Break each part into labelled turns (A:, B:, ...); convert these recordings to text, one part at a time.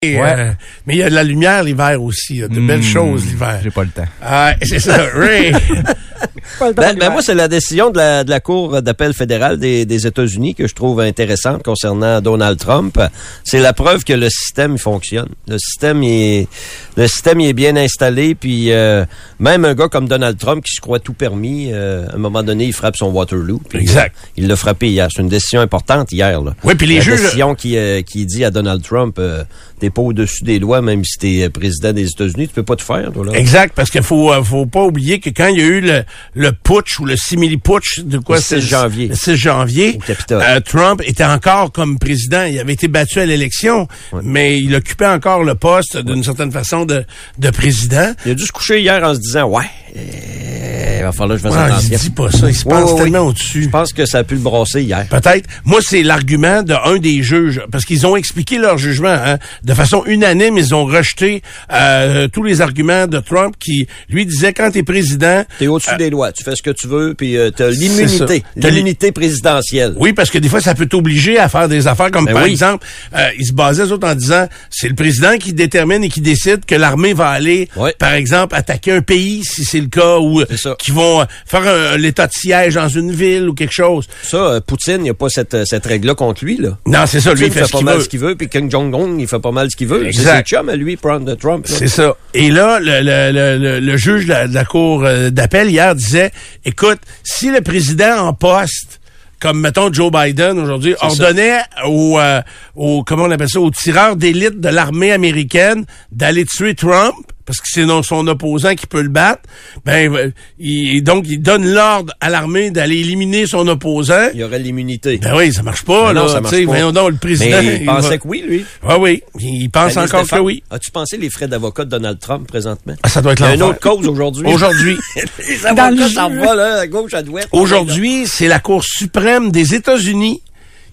A: Et,
B: Ouais.
A: euh, mais il y a de la lumière l'hiver aussi, il y a de belles
B: Hmm,
A: choses l'hiver.
B: J'ai pas le temps.
A: Ah, c'est ça, Ray.
C: Ben, ben, moi, c'est la décision de la, de la Cour d'appel fédérale des, des États-Unis que je trouve intéressante concernant Donald Trump. C'est la preuve que le système fonctionne. Le système il est, le système il est bien installé. Puis euh, même un gars comme Donald Trump qui se croit tout permis, euh, à un moment donné, il frappe son Waterloo. Puis,
A: Exact.
C: euh, il l'a frappé hier. C'est une décision importante hier. Là.
A: Oui, puis les
C: la
A: juges-
C: décision qui, euh, qui dit à Donald Trump, euh, t'es pas au-dessus des lois, même si t'es euh, président des États-Unis, tu peux pas te faire. toi, là.
A: exact, parce qu'il faut, euh, faut pas oublier que quand il y a eu le, le putsch ou le simili-putsch, de quoi
C: Le 6 janvier.
A: Le 6 janvier,
C: Au Capitole.
A: euh, Trump était encore comme président. Il avait été battu à l'élection, mais il occupait encore le poste, d'une certaine façon, de, de président.
C: Il a dû se coucher hier en se disant Ouais, euh, il va falloir que je fasse
A: Ah, il
C: attention.
A: dit pas ça, il se
C: Ouais,
A: pense
C: ouais, ouais.
A: tellement au-dessus.
C: Je pense que ça a pu le brasser hier.
A: Peut-être. Moi, c'est l'argument d'un des juges, parce qu'ils ont expliqué leur jugement hein. de façon unanime. Ils ont rejeté euh, tous les arguments de Trump qui lui disait quand t'es président.
C: T'es au-dessus des lois, tu fais ce que tu veux, puis euh, t'as
A: Euh, c'est
C: l'immunité,
A: ça. T'as
C: l'immunité présidentielle.
A: Oui, parce que des fois, ça peut t'obliger à faire des affaires comme
C: Ben
A: par
C: oui.
A: exemple, euh, ils se basaient eux autres en disant c'est le président qui détermine et qui décide que l'armée va aller,
C: Ouais.
A: par exemple, attaquer un pays si c'est le cas ou
C: C'est ça.
A: qui vont euh, faire un- l'état de siège dans une ville ou quelque chose.
C: Ça, euh, Poutine, il n'y a pas cette, euh, cette règle-là contre lui. Là.
A: Non, c'est ça. Lui, il
C: Poutine
A: fait ce
C: pas
A: qu'il
C: mal
A: veut.
C: ce qu'il veut, puis Kim Jong-un, il fait pas mal ce qu'il veut. C'est
A: Exact.
C: ses chums, à lui, prendre de Trump. là.
A: C'est ça. Et là, le, le- le- le- le juge de la, de la cour euh, d'appel hier disait, écoute, si le président en poste, comme mettons Joe Biden aujourd'hui, ordonnait au, euh, au- comment on appelle ça, au tireur d'élite de l'armée américaine d'aller tuer Trump, parce que c'est non- son opposant qui peut le battre, ben euh, il, donc il donne l'ordre à l'armée d'aller éliminer son opposant.
C: Il y aurait l'immunité.
A: Ben oui, ça marche pas,
C: Mais
A: là.
C: non, ça marche
A: tu sais,
C: pas.
A: voyons donc, le président.
C: Mais il
A: va-
C: pensait que oui, lui.
A: Ah oui, il pense
C: Fanny
A: encore
C: Stéphane,
A: que oui.
C: As-tu pensé les frais d'avocat de Donald Trump présentement?
A: Ah, ça doit être
C: Il y a une
A: l'enfer.
C: autre cause aujourd'hui.
A: Aujourd'hui.
C: les
D: Dans le
C: avocats
D: jus.
C: s'en vont, là, à gauche, à droite.
A: Oh, Aujourd'hui, c'est la Cour suprême des États-Unis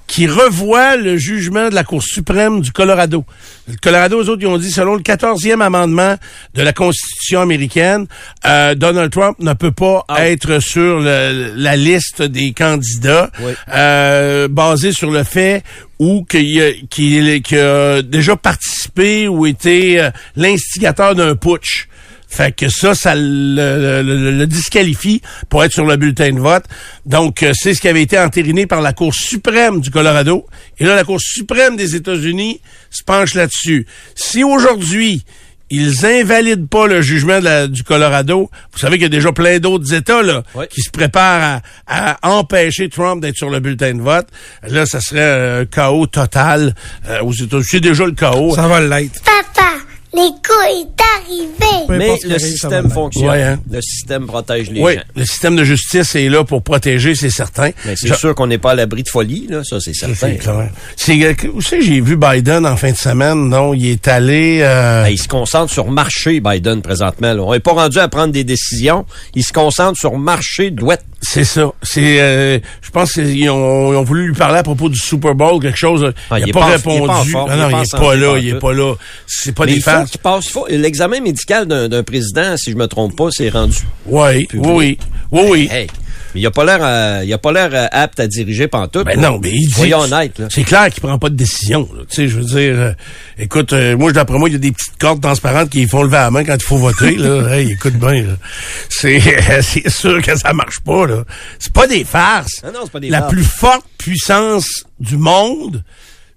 A: qui revoit le jugement de la Cour suprême du Colorado. Le Colorado, eux autres, ils ont dit, selon le 14e amendement de la Constitution américaine, euh, Donald Trump ne peut pas être sur le- la liste des candidats
C: Oui.
A: euh, basé sur le fait ou qu'il a, qu'il est- qu'il a déjà participé ou été euh, l'instigateur d'un putsch. Fait que ça, ça le, le- le- le disqualifie pour être sur le bulletin de vote. Donc, euh, c'est ce qui avait été entériné par la Cour suprême du Colorado. Et là, la Cour suprême des États-Unis se penche là-dessus. Si aujourd'hui, ils invalident pas le jugement de la- du Colorado. Vous savez qu'il y a déjà plein d'autres États là,
C: Oui.
A: qui se préparent à, à empêcher Trump d'être sur le bulletin de vote. Là, ça serait euh, un chaos total euh, aux États-Unis. C'est déjà le chaos.
B: va l'être.
E: Papa, l'écho est arrivé.
B: Peu
C: Mais
B: importe ce qui
C: le
B: arrive, ça va
C: système
B: l'être.
C: fonctionne.
A: Ouais, hein.
C: Le système protège les
A: Oui,
C: gens.
A: le système de justice est là pour protéger, c'est certain.
C: Mais c'est
A: Je-
C: sûr qu'on n'est pas à l'abri de folie, là, ça c'est certain.
A: C'est clair. C'est euh, que- où c'est que j'ai vu Biden en fin de semaine. Non, il est allé. euh,
C: Ben, il se concentre sur marcher, Biden, présentement. là. On n'est pas rendu à prendre des décisions. Il se concentre sur marcher douette.
A: C'est ça. C'est, euh, je pense qu'ils ont, ils ont voulu lui parler à propos du Super Bowl, quelque chose. euh,
C: Ah,
A: il
C: il
A: n'a
C: est
A: pas,
C: pas en- il est pas en
A: répondu. Ah
C: forme,
A: non,
C: il est
A: non,
C: pas
A: il
C: en
A: est
C: santé
A: pas là. Il
C: pantoute.
A: est pas là. C'est pas
C: Mais
A: des
C: il faut
A: fans.
C: qu'il passe. faut- L'examen médical d'un d'un président, si je me trompe pas, c'est rendu.
A: Oui, oui, oui, oui, oui.
C: Hey, mais il a pas l'air, euh, il a pas l'air euh, apte à diriger pantoute.
A: Ben
C: là.
A: non, mais il dit.
C: Soyons honnêtes. là.
A: C'est clair qu'il prend pas de décision. là. Tu sais, je veux dire, euh, écoute, euh, moi, d'après moi, il y a des petites cordes transparentes qui font lever la main quand il faut voter. là. Hey, écoute bien, là. c'est c'est sûr que ça marche pas. là. C'est pas des farces.
C: Ah Non, non, c'est pas des
A: La
C: farces.
A: plus forte puissance du monde,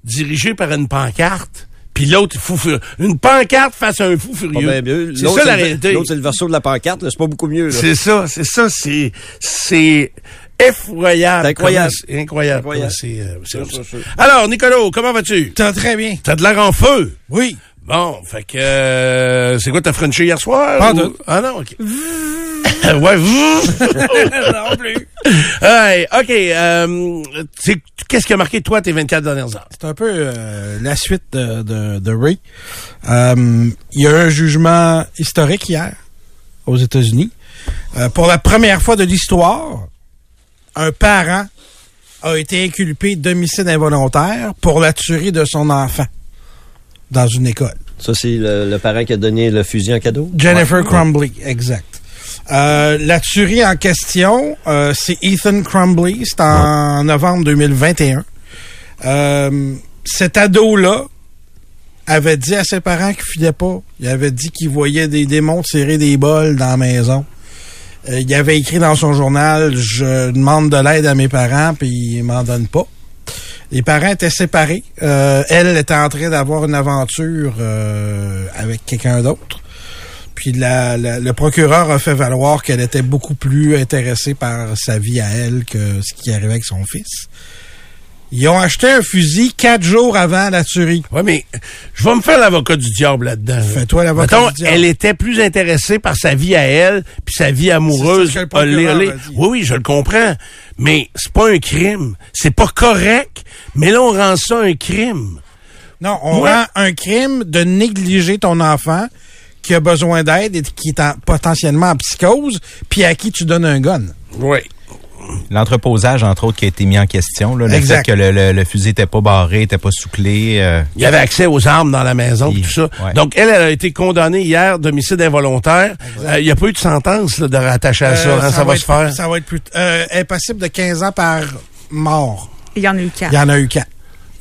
A: dirigée par une pancarte. Puis l'autre, fou furieux. Une pancarte face à un fou
C: Pas
A: furieux.
C: bien mieux.
A: c'est
C: L'autre,
A: ça la
C: le-
A: réalité.
C: L'autre, c'est le verso de la pancarte. là. C'est pas beaucoup mieux. là.
A: C'est ça, c'est ça, c'est c'est effroyable.
C: C'est incroyable.
A: Comment c'est- Incroyable.
C: Incroyable.
A: comment c'est, euh, c'est
C: Ça, ça,
A: Alors, Nicolas, comment vas-tu?
B: T'as très bien.
A: T'as de l'air en feu.
B: Oui.
A: Bon, fait que euh, c'est quoi t'as frenché hier soir?
B: Pas
A: ou-
B: tout.
A: Ah non, ok. ouais, non plus. ok, euh, c'est- qu'est-ce qui a marqué toi tes 24 dernières heures?
B: C'est un peu euh, la suite de, de, de Ray. Euh, Il y a eu un jugement historique hier aux États-Unis. Euh, pour la première fois de l'histoire, un parent a été inculpé d'homicide involontaire pour la tuerie de son enfant dans une école.
C: Ça, c'est le, le parent qui a donné le fusil en cadeau.
B: Jennifer Crumbly, exact. Euh, la tuerie en question, euh, c'est Ethan Crumbly, c'est en novembre 2021. Euh, cet ado-là avait dit à ses parents qu'il filait pas. Il avait dit qu'il voyait des démons tirer des bols dans la maison. Euh, il avait écrit dans son journal Je demande de l'aide à mes parents, puis ils m'en donnent pas. Les parents étaient séparés. Euh, elle était en train d'avoir une aventure euh, avec quelqu'un d'autre. Puis la- la- le procureur a fait valoir qu'elle était beaucoup plus intéressée par sa vie à elle que ce qui arrivait avec son fils. Ils ont acheté un fusil quatre jours avant la tuerie.
A: Oui, mais je vais me faire l'avocat du diable là-dedans.
B: Fais-toi l'avocat
A: Mettons,
B: du diable.
A: elle était plus intéressée par sa vie à elle, puis sa vie amoureuse.
B: C'est ça que le
A: Olé,
B: procureur
A: olé.
B: a dit.
A: Oui, oui, je le comprends. Mais c'est pas un crime. C'est pas correct. Mais là, on rend ça un crime.
B: Non, on
A: Ouais.
B: rend un crime de négliger ton enfant qui a besoin d'aide et qui est en- potentiellement en psychose, puis à qui tu donnes un gun.
A: Oui.
D: L'entreposage, entre autres, qui a été mis en question. Là, le
B: Exact.
D: fait que le, le- le fusil n'était pas barré, n'était pas souclé. euh,
A: Il y avait accès aux armes dans la maison, pis
D: Il-
A: tout ça.
D: ouais.
A: Donc, elle, elle a été condamnée hier d'homicide involontaire. Euh, Il n'y a pas eu de sentence là, de rattacher à ça.
B: Euh,
A: hein, ça, va,
B: être
A: se faire.
B: plus- Ça va être plus. Euh, impossible de 15 ans par mort.
F: Il y en a eu
B: Il
A: Euh,
F: quatre.
B: y en a eu quatre.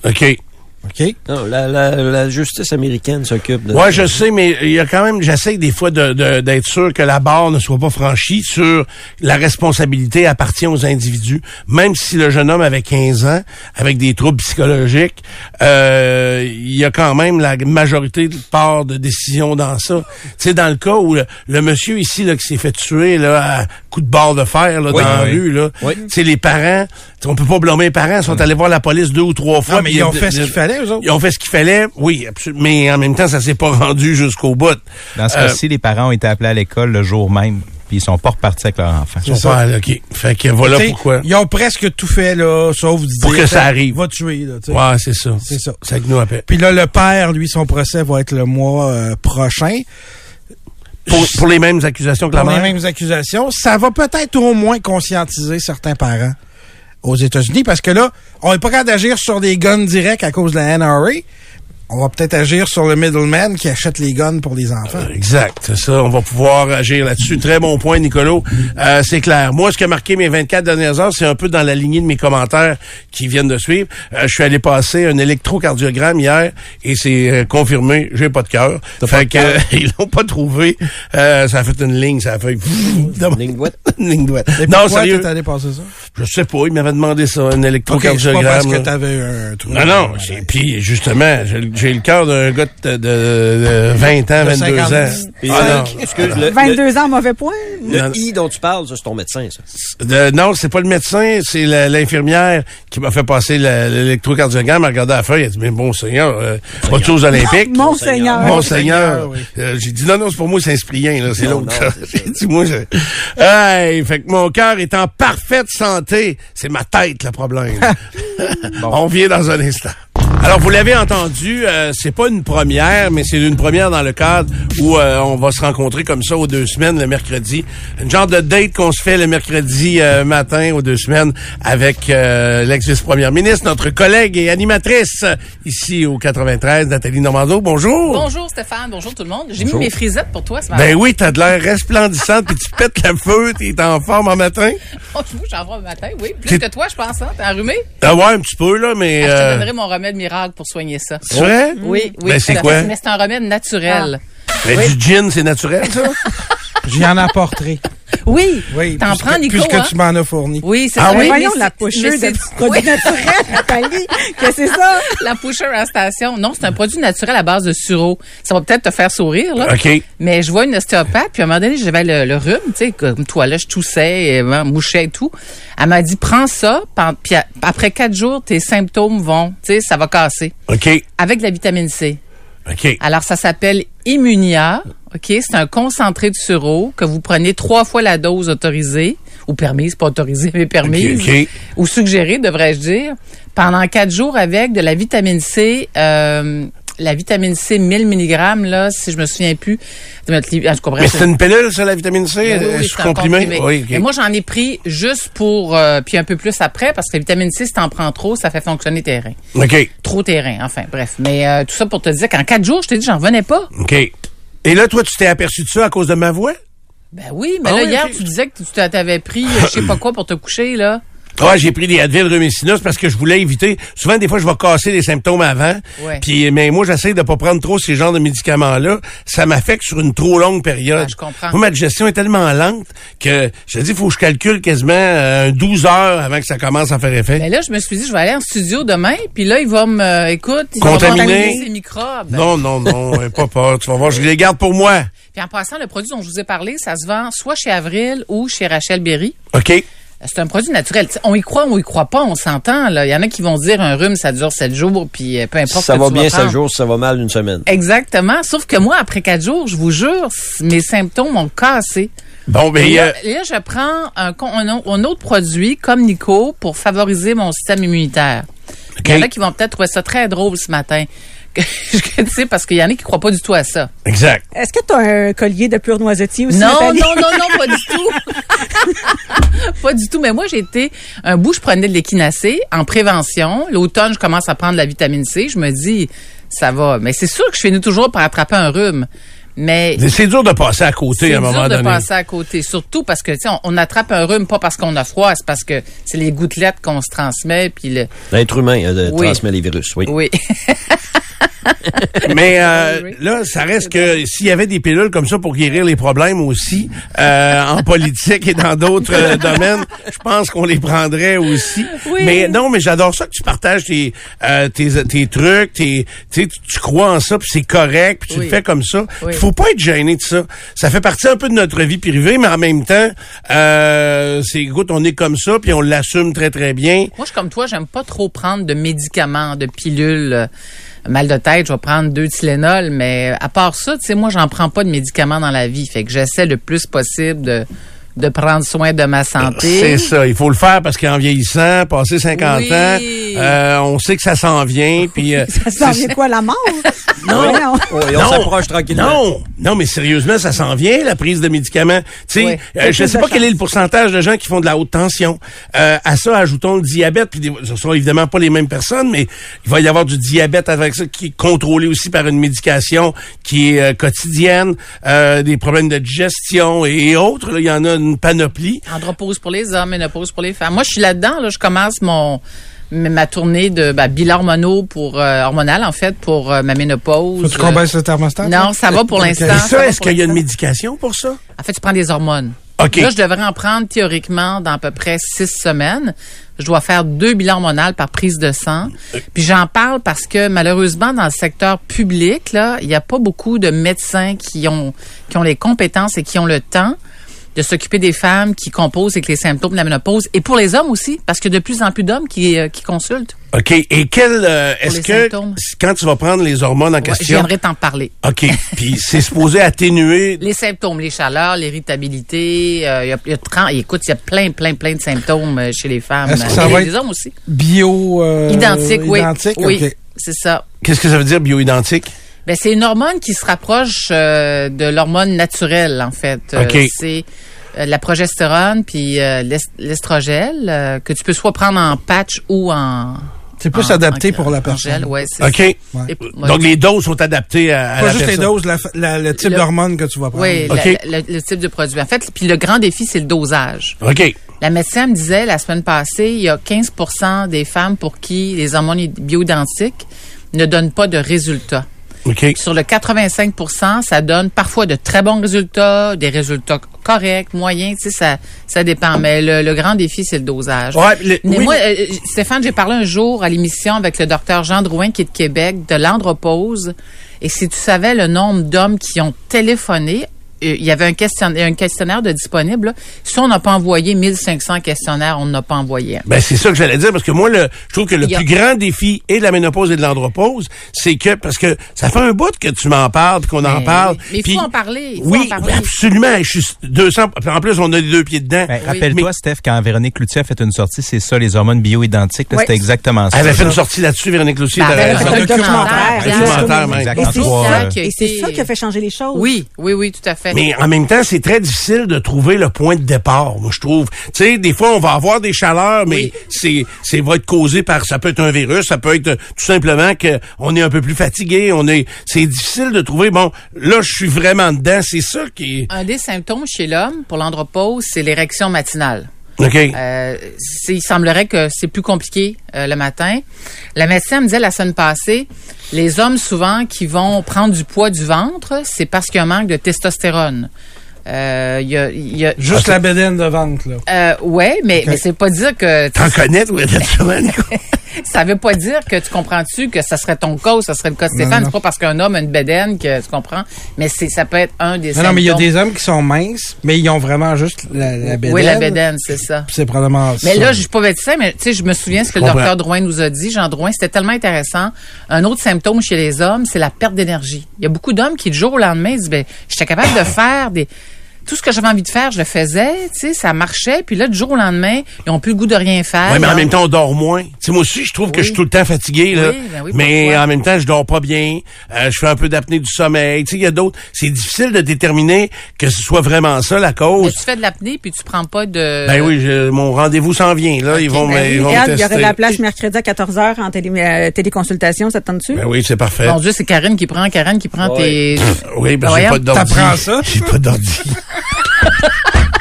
A: OK.
B: OK?
C: Non, la, la- la justice américaine s'occupe de.
A: Ouais, je sais, mais il y a quand même, j'essaie des fois de- de- d'être sûr que la barre ne soit pas franchie sur la responsabilité appartient aux individus, même si le jeune homme avait 15 ans, avec des troubles psychologiques, euh, il y a quand même la majorité de part de décision dans ça. Tu sais, dans le cas où le, le monsieur ici là, qui s'est fait tuer là, à coup de barre de fer là,
C: Oui,
A: dans la
D: oui.
A: rue, là,
C: Oui.
A: tu sais, les parents, on peut pas blâmer les parents, ils sont allés voir la police deux ou trois fois.
B: Non, mais
A: puis
B: ils ont
A: de-
B: fait ce
A: de-
B: qu'il fallait, eux autres.
A: ils ont fait ce qu'il fallait, oui, absolument. Mais en même temps, ça s'est pas rendu jusqu'au bout.
D: dans ce
A: Euh,
D: cas-ci, les parents ont été appelés à l'école le jour même, puis ils sont pas repartis avec leur enfant.
A: Ils sont pas allés, OK. Fait que voilà
B: T'sais,
A: pourquoi.
B: Ils ont presque tout fait, là, sauf dire.
A: Pour que ça
B: Tiens,
A: arrive.
B: Va tuer, là, tu sais.
A: Ouais, c'est ça.
B: C'est ça.
A: C'est que nous appelle.
B: Puis là, le père, lui, son procès va être le mois euh, prochain.
A: Pour, pour les mêmes accusations que la
B: Pour les
A: mère.
B: mêmes accusations. Ça va peut-être au moins conscientiser certains parents aux États-Unis parce que là, on n'est pas capable d'agir sur des guns directs à cause de la NRA. On va peut-être agir sur le middleman qui achète les guns pour les enfants.
A: Euh, Exact, c'est ça. On va pouvoir agir là-dessus. Très bon point, Nicolo. Euh, c'est clair. Moi, ce qui a marqué mes 24 dernières heures, c'est un peu dans la lignée de mes commentaires qui viennent de suivre. Euh, je suis allé passer un électrocardiogramme hier et c'est euh, confirmé, j'ai pas de cœur. Fait que euh, ils l'ont pas trouvé. Euh, ça a fait une ligne, ça a fait
C: Une ligne droite.
A: Une ligne droite.
B: Et
A: Non,
B: pourquoi
A: sérieux.
B: t'es allé passer ça?
A: Je sais pas, il m'avait demandé ça, un
B: Ok, c'est pas
A: électrocardiogramme.
B: parce que
A: là.
B: t'avais un truc.
A: non, non, j'ai- puis justement, j'ai j'ai le cœur d'un gars de, de- de 20 ans, 22
B: De
A: ans.
B: 56.
C: Puis,
A: Ah,
C: euh, excuse, le, le-
F: 22 ans, mauvais point.
C: le
A: Non, non.
C: I dont tu parles, ça, c'est ton médecin, ça.
A: De- non, c'est pas le médecin, c'est la- l'infirmière qui m'a fait passer la- l'électrocardiogramme. Elle regardait la feuille, elle dit, mais bon seigneur, euh, pas de choses olympiques.
F: Monseigneur.
A: Mon Seigneur.
B: Seigneur, oui.
A: Euh, j'ai dit, non, non, c'est pour moi Saint-Cyprien, là, c'est
C: Non,
A: l'autre.
C: non,
A: ça.
C: c'est ça.
A: J'ai dit, moi, je... Hey, fait que mon cœur est en parfaite santé. C'est ma tête, le problème. On vient dans un instant. Alors, vous l'avez entendu, euh, c'est pas une première, mais c'est une première dans le cadre où euh, on va se rencontrer comme ça aux deux semaines, le mercredi. Une genre de date qu'on se fait le mercredi euh, matin aux deux semaines avec euh, l'ex-vice-première ministre, notre collègue et animatrice euh, ici au 93, Nathalie Normando. Bonjour!
G: Bonjour Stéphane, bonjour tout le monde. J'ai mis
C: Bonjour.
G: mes frisettes pour toi ce matin.
A: Oh! Ben oui, t'as de l'air resplendissante, puis tu pètes la feu, t'es en forme en matin.
G: Bonjour, j'en Oh, vois le matin, oui.
A: C'est-
G: Plus que toi, je pense, hein? T'es enrhumé?
A: Ah ouais, un petit peu, là, mais...
G: Ah, je te
A: euh,
G: donnerai mon remède miracle pour soigner ça.
A: tu vrai?
G: Oui, oui.
A: Ben, c'est
G: tout à
A: quoi?
G: fait. Mais c'est un remède naturel.
A: Ben, Du gin, c'est naturel, ça?
B: J'y en apporterai.
G: Oui.
B: Oui.
G: T'en
B: puisque-
G: prends, Nico,
B: Puisque
G: hein?
B: tu m'en as fourni.
G: Oui, c'est
A: Ah
G: ça.
A: oui?
G: Mais
F: Voyons
G: c'est-
F: la
G: mais
F: pocheuse
G: c'est-
F: de petits produits
G: oui,
F: naturels, Nathalie. Que c'est ça?
G: La pusher à station. Non, c'est un produit naturel à base de sureau. Ça va peut-être te faire sourire, là.
A: OK.
G: Mais je vois une ostéopathe, puis à un moment donné, j'avais le, le rhume, tu sais, comme toi, là, je toussais, et, hein, mouchais et tout. Elle m'a dit, prends ça, pen- puis a- après quatre jours, tes symptômes vont, tu sais, ça va casser.
A: OK,
G: Avec de la vitamine C.
A: OK.
G: Alors, ça s'appelle Immunia. OK? C'est un concentré de sureau que vous prenez trois fois la dose autorisée, ou permise, pas autorisée, mais permise,
A: Ok, ok.
G: ou suggérée, devrais-je dire, pendant quatre jours avec de la vitamine C, euh, la vitamine C 1000 mg, là, si je me souviens plus. de notre livre. Ah, je comprends.
A: Mais c'est une pilule, ça, la vitamine C?
G: Ben Oui, oui,
A: euh,
G: oui,
A: je suis
G: c'est un
A: comprimé?
G: comprimé.
A: Oui,
G: Mais
A: OK.
G: moi, j'en ai pris juste pour, euh, puis un peu plus après, parce que la vitamine C, si t'en prends trop, ça fait fonctionner tes reins.
A: OK,
G: Trop tes reins, enfin, bref. Mais euh, tout ça pour te dire qu'en quatre jours, je t'ai dit, j'en venais pas.
A: OK. Et là, toi, tu t'es aperçu de ça à cause de ma voix?
G: Ben oui, mais
A: Ah
G: là,
A: oui,
G: hier,
A: ok.
G: tu disais que tu t'a- t'avais pris euh, je sais pas quoi pour te coucher, là.
A: Ouais, j'ai pris des Advil rhumécinus parce que je voulais éviter. Souvent, des fois, je vais casser les symptômes avant.
G: Ouais.
A: Puis, mais moi, j'essaie de pas prendre trop ces genres de médicaments-là. Ça m'affecte sur une trop longue période.
G: Ah, je comprends.
A: Moi, ma digestion est tellement lente que je te dis, faut que je calcule quasiment euh, 12 heures avant que ça commence à faire effet.
G: Mais Ben là, je me suis dit, je vais aller en studio demain, puis là, il va me, euh, écoute, il va
A: Contaminer.
G: contaminer ces microbes. Ben,
A: Non, non, non, hein, pas peur. Tu vas voir, je les garde pour moi.
G: Puis en passant, le produit dont je vous ai parlé, ça se vend soit chez Avril ou chez Rachel Berry. Euh,
A: OK?
G: C'est un produit naturel. T'sais, on y croit, on y croit pas, on s'entend. là. Il y en a qui vont dire un rhume, ça dure sept jours, puis euh, peu importe.
C: ça
G: que
C: va
G: tu vas
C: bien
G: prendre.
C: sept jours, ça va mal une semaine.
G: Exactement. Sauf que moi, après quatre jours, je vous jure, c- mes symptômes ont cassé.
A: Bon, ben,
G: là,
A: euh,
G: là, je prends un, con- un au- un autre produit comme Nico pour favoriser mon système immunitaire.
A: OK.
G: Il y en a qui vont peut-être trouver ça très drôle ce matin. Que- tu sais, parce qu'il y en a qui croient pas du tout à ça.
A: exact.
F: Est-ce que tu as un collier de pur noisetier aussi,
G: Non,
F: Nathalie?
G: non, non, non, pas du tout. pas du tout. Mais moi, j'ai été un bout, je prenais de l'équinacée en prévention. L'automne, je commence à prendre de la vitamine C. Je me dis, ça va. Mais c'est sûr que je finis toujours par attraper un rhume. Mais
A: C'est- C'est dur de passer à côté
G: c'est
A: à un moment
G: dur de
A: donné.
G: passer à côté. Surtout parce que, tu sais, on, on attrape un rhume pas parce qu'on a froid, c'est parce que c'est les gouttelettes qu'on se transmet. Puis le...
C: L'être humain euh,
G: Oui.
C: transmet les virus, oui.
G: Oui.
A: Mais euh,
G: Ah Oui, oui.
A: là, ça reste que s'il y avait des pilules comme ça pour guérir les problèmes aussi, euh, en politique et dans d'autres euh, domaines, je pense qu'on les prendrait aussi.
G: Oui.
A: Mais non, mais j'adore ça que tu partages tes, euh, tes, tes trucs, tes, tu, sais, tu- tu crois en ça, puis c'est correct, puis tu
G: Oui.
A: le fais comme ça.
G: Oui.
A: Faut pas être gêné de ça. Ça fait partie un peu de notre vie privée, mais en même temps, euh, c'est, écoute, on est comme ça, puis on l'assume très, très bien.
G: Moi, je suis comme toi, j'aime pas trop prendre de médicaments, de pilules. euh, Mal de tête, je vais prendre deux Tylenol, mais à part ça, tu sais, moi, j'en prends pas de médicaments dans la vie. Fait que j'essaie le plus possible de, de prendre soin de ma santé.
A: C'est ça, il faut le faire parce qu'en vieillissant, passer 50
G: Oui.
A: ans, euh, on sait que ça s'en vient. Puis, euh,
F: Ça s'en vient quoi, la mort?
A: Non.
G: Euh,
F: Voyons.
C: Oh, et on
A: Non.
C: s'approche tranquillement.
A: Non, non, mais sérieusement, ça s'en vient la prise de médicaments. Tu sais,
G: Ouais.
A: euh,
F: T'as
A: je
F: plus
A: sais
F: de
A: pas quel
F: chance.
A: est le pourcentage de gens qui font de la haute tension. Euh, à ça, ajoutons le diabète. Puis des- ce sont évidemment pas les mêmes personnes, mais il va y avoir du diabète avec ça qui est contrôlé aussi par une médication qui est euh, quotidienne, euh, des problèmes de digestion et, autres. là, Il y en a une panoplie.
G: Andropause pour les hommes, ménopause pour les femmes. Moi, je suis là-dedans, là, je commence mon m- ma tournée de bah, bilan hormonaux pour euh, hormonal en fait pour euh, ma ménopause. Euh,
B: Faut-tu qu'on baisse le thermostat?
G: Non, ça va pour
B: Ok.
G: l'instant.
A: Et
G: ça va
A: ça, est-ce
G: pour
A: qu'il y a une
G: l'instant.
A: médication pour ça?
G: En fait, tu prends des hormones.
A: OK.
G: Là, je devrais en prendre théoriquement dans à peu près six semaines. Je dois faire deux bilans hormonaux par prise de sang.
A: Euh.
G: Puis j'en parle parce que malheureusement, dans le secteur public, là, il n'y a pas beaucoup de médecins qui ont, qui ont les compétences et qui ont le temps de s'occuper des femmes qui composent avec les symptômes de la ménopause. Et pour les hommes aussi, parce que de plus en plus d'hommes qui, euh, qui consultent.
A: OK. Et quel euh, est-ce
G: les
A: que
G: symptômes.
A: s- quand tu vas prendre les hormones en
G: Ouais,
A: question
G: J'aimerais t'en parler.
A: OK, puis c'est supposé atténuer
G: Les symptômes, les chaleurs, l'irritabilité, euh, il y a, il y a 30 écoute, il y a plein, plein, plein de symptômes euh, chez les femmes.
B: Est-ce que ça
G: Et
B: va
G: les
B: être-
G: hommes aussi.
B: Bio. euh,
G: Identique, oui.
B: Identique,
G: oui,
B: ok.
G: c'est ça.
A: Qu'est-ce que ça veut dire bioidentique
G: Ben, c'est une hormone qui se rapproche euh, de l'hormone naturelle, en fait. Euh,
A: OK.
G: c'est euh, la progestérone puis euh, l'est- l'estrogel euh, que tu peux soit prendre en patch ou en...
B: C'est plus
G: en-
B: adapté
G: en-
B: pour la
G: en
B: personne.
G: Ah, gel, ouais, c'est
A: OK.
G: ça.
B: Ouais.
G: Et-
A: Donc les doses sont adaptées à, à
B: Pas
A: la
B: juste les
A: personne.
B: doses, la fa- la- le type
G: Le-
B: d'hormone que tu vas prendre. Ah,
G: Oui,
A: OK.
G: la- la- le type de produit. En fait, puis le grand défi, c'est le dosage.
A: OK.
G: La médecin me disait la semaine passée, il y a 15 des femmes pour qui les hormones bioidentiques ne donnent pas de résultats.
A: OK.
G: Puis Sur le 85 ça donne parfois de très bons résultats, des résultats corrects, moyens, tu sais, ça, ça dépend. Mais le, le grand défi, c'est le dosage.
A: Ouais, le-
G: Mais
A: oui.
G: moi, euh, Stéphane, j'ai parlé un jour à l'émission avec le docteur Jean Drouin, qui est de Québec, de l'andropause. Et si tu savais le nombre d'hommes qui ont téléphoné, euh, il y avait un questionnaire, un questionnaire de disponible. là. Si on n'a pas envoyé 1500 questionnaires, on n'a pas envoyé. un.
A: Ben c'est ça que j'allais dire parce que moi le je trouve que le
G: Il y a-
A: plus grand défi et de la ménopause et de l'andropause, c'est que parce que ça fait un bout que tu m'en parles puis qu'on en
G: Mais
A: parle.
G: oui. Mais il faut
A: puis-
G: en parler, il faut
A: oui,
G: en parler.
A: absolument, je suis 200 en plus on a les deux pieds dedans.
D: Ben,
A: Mais-
D: Rappelle-toi, Steph, quand Véronique Loutier a fait une sortie, c'est ça, les hormones bioidentiques. là,
F: Ouais.
D: C'était exactement ça.
A: elle avait fait une sortie là-dessus Véronique Lucie,
G: Ben,
A: t'as
G: elle a
A: raison.
G: fait un
A: Un
G: documentaire, bien.
A: documentaire, même.
D: Exact.
F: Et
D: En
F: c'est
D: trois,
F: ça,
D: euh,
F: et c'est ça qui a fait changer les choses.
G: Oui, oui, oui, tout à fait.
A: Mais en même temps, c'est très difficile de trouver le point de départ, moi je trouve. Tu sais, des fois on va avoir des chaleurs, mais c'est c'est va être causé par ça peut être un virus, ça peut être euh, tout simplement que on est un peu plus fatigué, on est c'est difficile de trouver bon, là je suis vraiment dedans, c'est ça qui est
G: Un des symptômes chez l'homme pour l'andropause, c'est l'érection matinale.
A: OK.
G: Euh, c'est- il semblerait que c'est plus compliqué euh, le matin. La médecin me disait la semaine passée, les hommes souvent qui vont prendre du poids du ventre, c'est parce qu'il y a un manque de testostérone. Euh, il y a, il y a-
B: Juste la bédaine de ventre, là.
G: euh, ouais, mais, mais c'est pas dire que
A: T'en connais, toi, cette semaine?
G: ça veut pas dire que tu comprends-tu que ça serait ton cas ou ça serait le cas de Stéphane. C'est pas parce qu'un homme a une bédaine que tu comprends, mais c'est ça peut être un des
B: Non, non, mais il y a
G: symptômes.
B: des hommes qui sont minces, mais ils ont vraiment juste la, la bédaine.
G: Oui, la bédaine, c'est ça.
B: Puis C'est probablement
G: Mais
B: ça.
G: là, je suis pas médecin, mais tu sais, je me souviens ce que le
A: comprends.
G: docteur Drouin nous a dit, Jean Drouin, c'était tellement intéressant. Un autre symptôme chez les hommes, c'est la perte d'énergie. Il y a beaucoup d'hommes qui, du jour au lendemain, disent, ben, j'étais capable de faire des, tout ce que j'avais envie de faire, je le faisais, tu sais, ça marchait, puis là, du jour au lendemain, ils ont plus le goût de rien faire.
A: Ouais, mais en
G: Ils ont-
A: même temps, on dort moins. Tu sais, moi aussi, je trouve que
G: Hein,
A: je
G: Oui.
A: suis tout le temps fatigué, là.
G: Oui, ben oui,
A: mais
G: pourquoi?
A: en même temps, je dors pas bien. Euh, je fais un peu d'apnée du sommeil. Tu sais, il y a d'autres. C'est difficile de déterminer que ce soit vraiment ça la
G: Mais
A: cause.
G: ben, tu fais de l'apnée, puis tu euh, prends pas de...
A: Ben oui, je- mon rendez-vous s'en vient, là. Ils vont, me-
F: Ben,
A: ils vont me
F: regarde, il y
A: tester.
F: aurait de la place mercredi à 14h en télé, euh, téléconsultation, ça te tente-tu?
A: Ben oui, c'est parfait.
G: Mon Dieu, c'est Karine qui prend, Karine qui prend tes...
A: Oui, ben j'ai
G: Voyons.
A: pas d'ordi.
B: T'apprends ça?
A: J'ai pas d'ordi.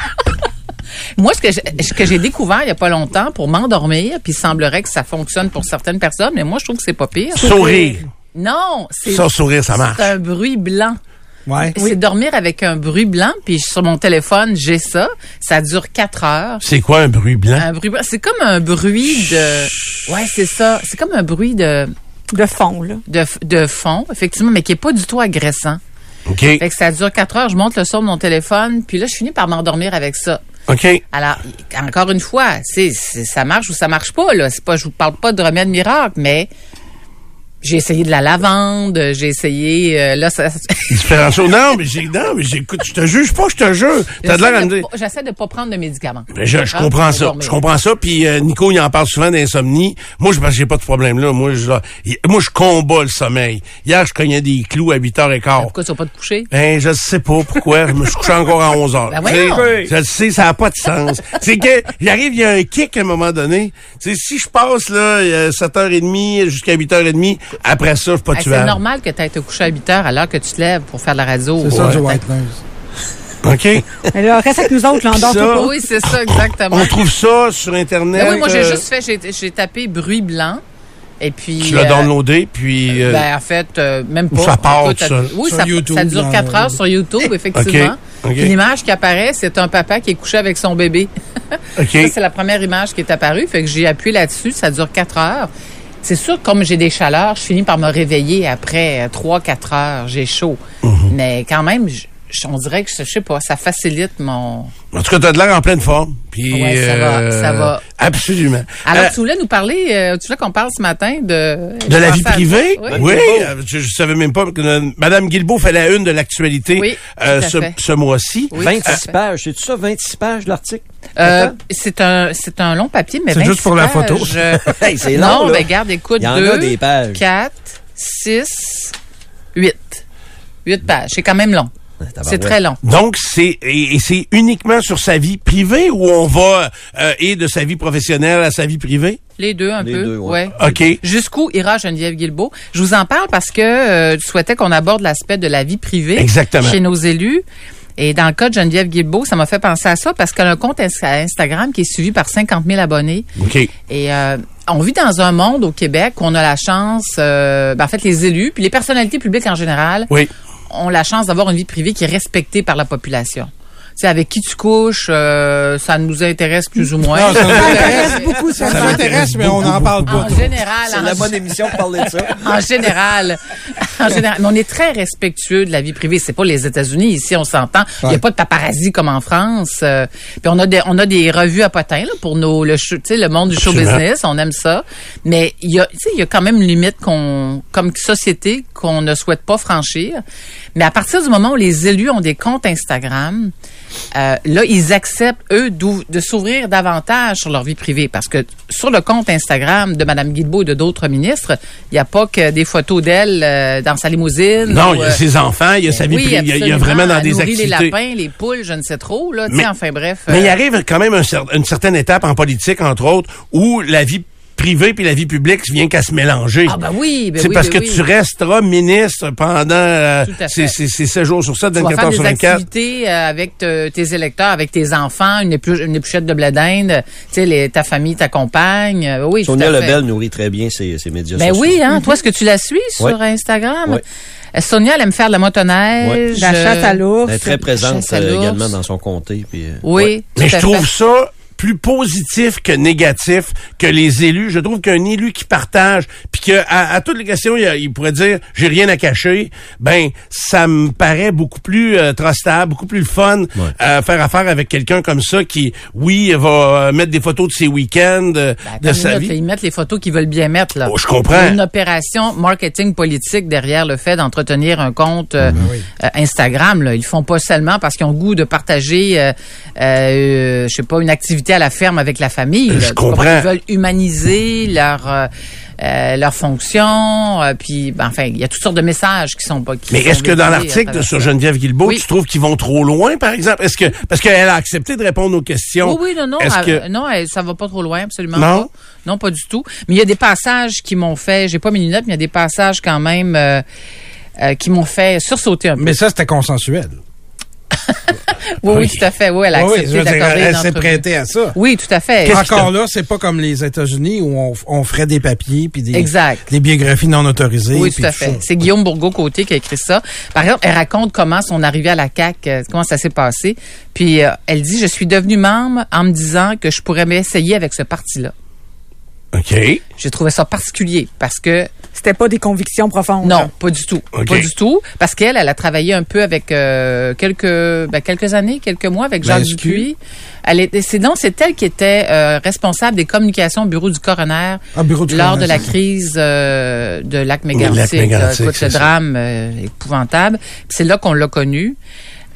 G: Moi, ce que j'ai- ce que j'ai découvert il y a pas longtemps pour m'endormir, puis il semblerait que ça fonctionne pour certaines personnes, mais moi, je trouve que c'est pas pire.
A: Sourire.
G: Non, c'est
A: Sans sourire, ça marche.
G: c'est un bruit blanc.
B: Ouais.
G: C'est dormir avec un bruit blanc, puis sur mon téléphone, j'ai ça. Ça dure quatre heures.
A: C'est quoi un bruit blanc?
G: Un bruit blanc. C'est comme un bruit de... Ouais, c'est ça. C'est comme un bruit de,
F: De fond, là.
G: de, f- de fond, effectivement, mais qui est pas du tout agressant.
A: OK.
G: Fait que ça dure quatre heures, je monte le son de mon téléphone, puis là, je finis par m'endormir avec ça.
A: OK.
G: Alors, y- encore une fois, c'est, c'est- ça marche ou ça marche pas, là. C'est pas, je vous parle pas de remède miracle, mais j'ai essayé de la lavande, j'ai essayé, euh, là, ça,
A: Différents choses. Non, mais j'ai, non, mais j'écoute, je te juge pas, je te jure. T'as de l'air à
G: j'essaie,
A: me
G: de,
A: dire.
G: pas- j'essaie de pas prendre de médicaments.
A: Mais Ben, je, je
G: Ah,
A: comprends
G: pour
A: ça.
G: dormir.
A: Je comprends ça. Puis euh, Nico, il en parle souvent d'insomnie. Moi, je parce que j'ai pas de problème là. Moi, je, il- moi, je combats le sommeil. Hier, je cognais des clous à 8h15.
G: Pourquoi tu vas pas te coucher?
A: Ben, je sais pas pourquoi. je me suis couché encore à 11 heures.
G: Ben
A: Tu sais,
G: voyons.
A: je le sais, ça n'a pas de sens. C'est que j'arrive, il y a un kick à un moment donné. Tu sais, si je passe là, euh, 7h30 jusqu'à 8h30, après ça, je suis pas
G: Ah,
A: tuable.
G: c'est normal que tu aies te coucher à 8 heures à l'heure que tu te lèves pour faire de la radio.
B: C'est ça
G: Ouais.
B: du white noise.
A: OK?
F: Mais là, reste avec nous autres, là, on dort
A: Ça,
F: tout
G: Oui, c'est ça, exactement.
A: On trouve ça sur Internet.
G: Ben oui, moi, j'ai
A: euh,
G: juste fait, j'ai, j'ai tapé bruit blanc. Et puis.
A: Tu l'as
G: euh,
A: downloadé, puis... euh,
G: Ben, en fait, euh, même pas.
A: Ça part
G: En tout,
A: tout
G: t'as-
A: seul.
G: Oui,
B: Sur
G: ça,
B: YouTube,
G: ça dure
B: dans-
G: 4 heures sur YouTube, effectivement.
A: OK.
G: Puis L'image qui apparaît, c'est un papa qui est couché avec son bébé.
A: OK.
G: Ça, c'est la première image qui est apparue. Fait que j'ai appuyé là-dessus. Ça dure 4 heures. C'est sûr, comme j'ai des chaleurs, je finis par me réveiller après 3-4 heures. J'ai chaud.
A: Mhm.
G: Mais quand même, je- je- on dirait que, je sais pas, ça facilite mon...
A: En tout cas, t'as de l'air en pleine forme. Puis,
G: Ah Ouais, ça va,
A: euh,
G: ça va.
A: Absolument.
G: Alors,
A: Euh,
G: tu voulais nous parler, euh, tu voulais qu'on parle ce matin de...
A: de la vie
G: pensais à-
A: privée,
G: Oui.
A: oui, euh, je, je savais même pas que euh, Madame Guilbeault fait la une de l'actualité
G: Oui,
A: euh,
G: tout à
A: ce,
G: fait.
A: ce mois-ci.
G: Oui,
C: 26
G: tout à fait.
C: pages, c'est ça, 26 pages l'article?
G: Euh,
C: Attends.
G: c'est un c'est un long papier, mais
B: C'est juste
G: 26
B: pour la photo.
G: pages.
C: Hey, c'est
G: non,
C: long, là.
G: ben garde, écoute,
C: Il y en
G: deux,
C: a des pages.
G: quatre, six, huit. Huit pages. C'est quand même long.
C: Ah,
G: C'est très long.
A: Donc c'est et, et c'est uniquement sur sa vie privée où on va euh, et de sa vie professionnelle à sa vie privée.
G: Les deux, un
C: Les
G: peu.
C: deux, ouais.
A: Ok.
G: Jusqu'où ira Geneviève Guilbeault? Je vous en parle parce que euh, tu souhaitais qu'on aborde l'aspect de la vie privée
A: Exactement.
G: chez nos élus. Et dans le cas de Geneviève Guilbeault, ça m'a fait penser à ça parce qu'elle a un compte ins- à Instagram qui est suivi par 50 000 abonnés.
A: Ok.
G: Et euh, on vit dans un monde au Québec où on a la chance, euh, ben, en fait, les élus, puis les personnalités publiques en général,
A: Oui.
G: ont la chance d'avoir une vie privée qui est respectée par la population. Tu sais, avec qui tu couches, euh, ça nous intéresse plus ou moins.
B: Non, ça nous
F: intéresse beaucoup, ça.
B: Ça m'intéresse, mais on n'en parle pas.
G: En général,
C: C'est
G: en
C: la bonne émission pour parler de ça.
G: en général, en général, mais on est très respectueux de la vie privée. C'est pas les États-Unis ici, on s'entend. Il y a
B: Ouais.
G: pas de paparazzi comme en France. Euh, puis on a des on a des revues à potins là, pour nos le show- tu sais le monde du show
A: Absolument.
G: business, on aime ça. Mais il y a tu sais il y a quand même une limite qu'on comme société qu'on ne souhaite pas franchir. Mais à partir du moment où les élus ont des comptes Instagram, euh, là, ils acceptent, eux, d'ou- de s'ouvrir davantage sur leur vie privée. Parce que sur le compte Instagram de Mme Guilbeault et de d'autres ministres, il n'y a pas que des photos d'elle euh, dans sa limousine.
A: Non,
G: ou,
A: il y
G: euh,
A: a ses enfants, il y a sa vie
G: oui,
A: privée, il y a- il y a
G: absolument,
A: vraiment dans
G: elle
A: des
G: nourrit
A: activités.
G: les lapins, les poules, je ne sais trop, là, tu sais,
A: Mais-
G: enfin bref.
A: Mais il
G: euh,
A: arrive quand même un cer- une certaine étape en politique, entre autres, où la vie privée puis la vie publique vient qu'à se mélanger.
G: Ah ben oui, ben
A: c'est
G: oui,
A: parce
G: ben
A: que
G: oui.
A: tu restes ministre pendant euh,
G: Tout à
A: ces,
G: fait.
A: ces, ces 7 jours sur 7,
G: Tu vas
A: 24
G: faire
A: sur
G: des
A: 24.
G: activités euh, avec te- tes électeurs, avec tes enfants, une, épu- une épluchette de blé d'Inde, euh, tu sais, les- ta famille t'accompagne. euh, Oui,
C: Sonia
G: tout à fait.
C: Lebel nourrit très bien ses, ses médias
G: Ben
C: sociaux.
G: oui, hein. Toi, est-ce que tu la suis sur
C: Ouais.
G: Instagram?
C: Ouais.
G: Euh, Sonia, elle aime faire de la motoneige.
C: Ouais.
F: La
G: euh,
F: chasse à l'ours.
C: Elle est très présente
G: chasse à
C: euh,
G: l'ours.
C: également dans son comté. Puis, euh,
G: Oui.
C: ouais.
G: tout
A: Mais je
G: à
A: trouve
G: fait.
A: ça plus positif que négatif que les élus. Je trouve qu'un élu qui partage, puis que à, à toutes les questions, il, a- il pourrait dire j'ai rien à cacher. Ben, ça me paraît beaucoup plus euh, trustable, beaucoup plus le fun à faire affaire avec quelqu'un comme ça qui, oui, va euh, mettre des photos de ses week-ends, euh,
G: Ben,
A: de
G: attends une
A: sa
G: minute, là,
A: vie.
G: Ils mettent les photos qu'ils veulent bien mettre. Là.
A: Oh, je comprends.
G: Il y a Une opération marketing politique derrière le fait d'entretenir un compte euh, euh, Instagram. Là. Ils le font pas seulement parce qu'ils ont le goût de partager, euh, euh, je sais pas, une activité à la ferme avec la famille.
A: Je
G: là. Tu
A: comprends.
G: Ils veulent humaniser leur euh, euh, leur fonction. euh, puis, ben, enfin, il y a toutes sortes de messages qui sont pas. qui
A: Mais
G: sont
A: est-ce que dans
G: véhiculés à
A: l'article de
G: travers
A: sur
G: ça.
A: Geneviève Guilbeault,
G: Oui.
A: tu trouves qu'ils vont trop loin, par exemple? Est-ce que parce qu'elle a accepté de répondre aux questions?
G: Oui, oui, non, non,
A: Est-ce
G: elle-
A: que-
G: non, elle- ça va pas trop loin, absolument
A: Non?
G: pas. Non, pas du tout. Mais il y a des passages qui m'ont fait, j'ai pas mes lunettes, mais il y a des passages quand même euh, euh, qui m'ont fait sursauter un peu.
B: Mais ça, c'était consensuel.
G: oui, oui, tout à fait. Oui, elle a
B: Oui, oui, je
G: accepté
B: veux dire,
G: d'accorder
B: elle
G: une
B: s'est
G: entrevue.
B: prêtée à ça.
G: Oui, tout à fait.
A: Qu'est-ce-
B: Encore là, c'est pas comme les États-Unis où on, on ferait des papiers puis des,
G: Exact.
B: des biographies non autorisées.
G: Oui,
B: puis
G: tout à fait.
B: ça.
G: C'est Guillaume Bourgault-Côté qui a écrit ça. Par exemple, elle raconte comment son arrivée à la CAQ, euh, comment ça s'est passé. Puis euh, elle dit, je suis devenue membre en me disant que je pourrais m'essayer avec ce parti-là.
A: OK.
G: J'ai trouvé ça particulier parce que
F: C'était pas des convictions profondes.
G: Non, pas du tout.
A: OK.
G: Pas du tout. Parce qu'elle, elle a travaillé un peu avec euh, quelques ben, quelques années, quelques mois avec Jacques
B: La SQ.
G: Dupuis. Elle était, c'est donc c'est elle qui était euh, responsable des communications au bureau du coroner
B: Ah, bureau du
G: lors
B: coroner,
G: de la
B: c'est ça.
G: crise euh, de lac
A: Lac
G: mégantic
A: Mégantic,
G: Écoute,
A: c'est
G: le
A: ça.
G: drame euh, épouvantable. Puis c'est là qu'on l'a connue.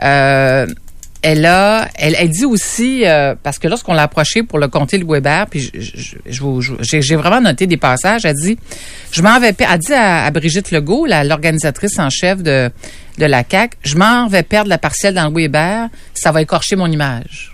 G: Euh, elle a, elle, elle dit aussi euh, parce que lorsqu'on l'a approchée pour le comté de Weber, puis je- je- je vous- je- j'ai j'ai vraiment noté des passages. Elle dit, je m'en vais, pe- elle dit à, à Brigitte Legault, la- l'organisatrice en chef de de la CAC, je m'en vais perdre la partielle dans le Weber, ça va écorcher mon image.